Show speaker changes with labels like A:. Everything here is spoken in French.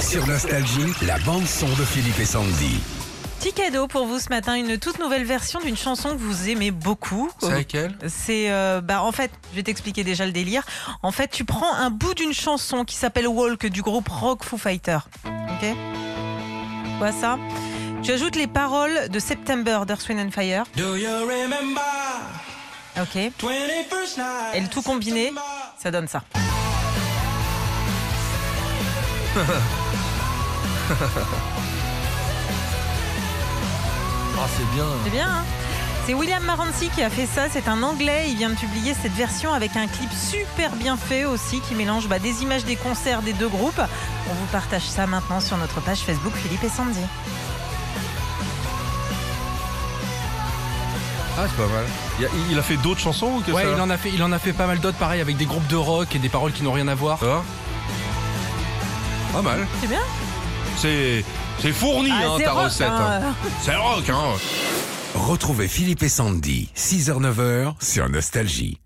A: Sur Nostalgie, la bande-son de Philippe et Sandy.
B: Petit cadeau pour vous ce matin, une toute nouvelle version d'une chanson que vous aimez beaucoup.
C: C'est laquelle
B: C'est euh, bah en fait, je vais t'expliquer déjà le délire. En fait, tu prends un bout d'une chanson qui s'appelle Walk du groupe Rock Foo Fighter. OK Tu Vois ça Tu ajoutes les paroles de September d'Earth, Wind and Fire.
D: Do you remember
B: OK Et
D: 21st night?
B: le tout combiné, ça donne ça.
C: Ah, c'est bien.
B: C'est bien, hein c'est William Morancy qui a fait ça, c'est un anglais, il vient de publier cette version avec un clip super bien fait aussi qui mélange bah, des images des concerts des deux groupes. On vous partage ça maintenant sur notre page Facebook Philippe et Sandy.
C: Ah, c'est pas mal. Il a, il a fait d'autres chansons ou que
E: Ouais,
C: ça
E: il en a fait, il en a fait pas mal d'autres, pareil, avec des groupes de rock et des paroles qui n'ont rien à voir.
C: Ah. Pas mal.
B: C'est bien
C: C'est c'est fourni
B: Ah,
C: hein,
B: c'est
C: ta
B: rock,
C: recette.
B: hein.
C: hein. C'est rock hein.
A: Retrouvez Philippe et Sandy, 6h-9h sur Nostalgie.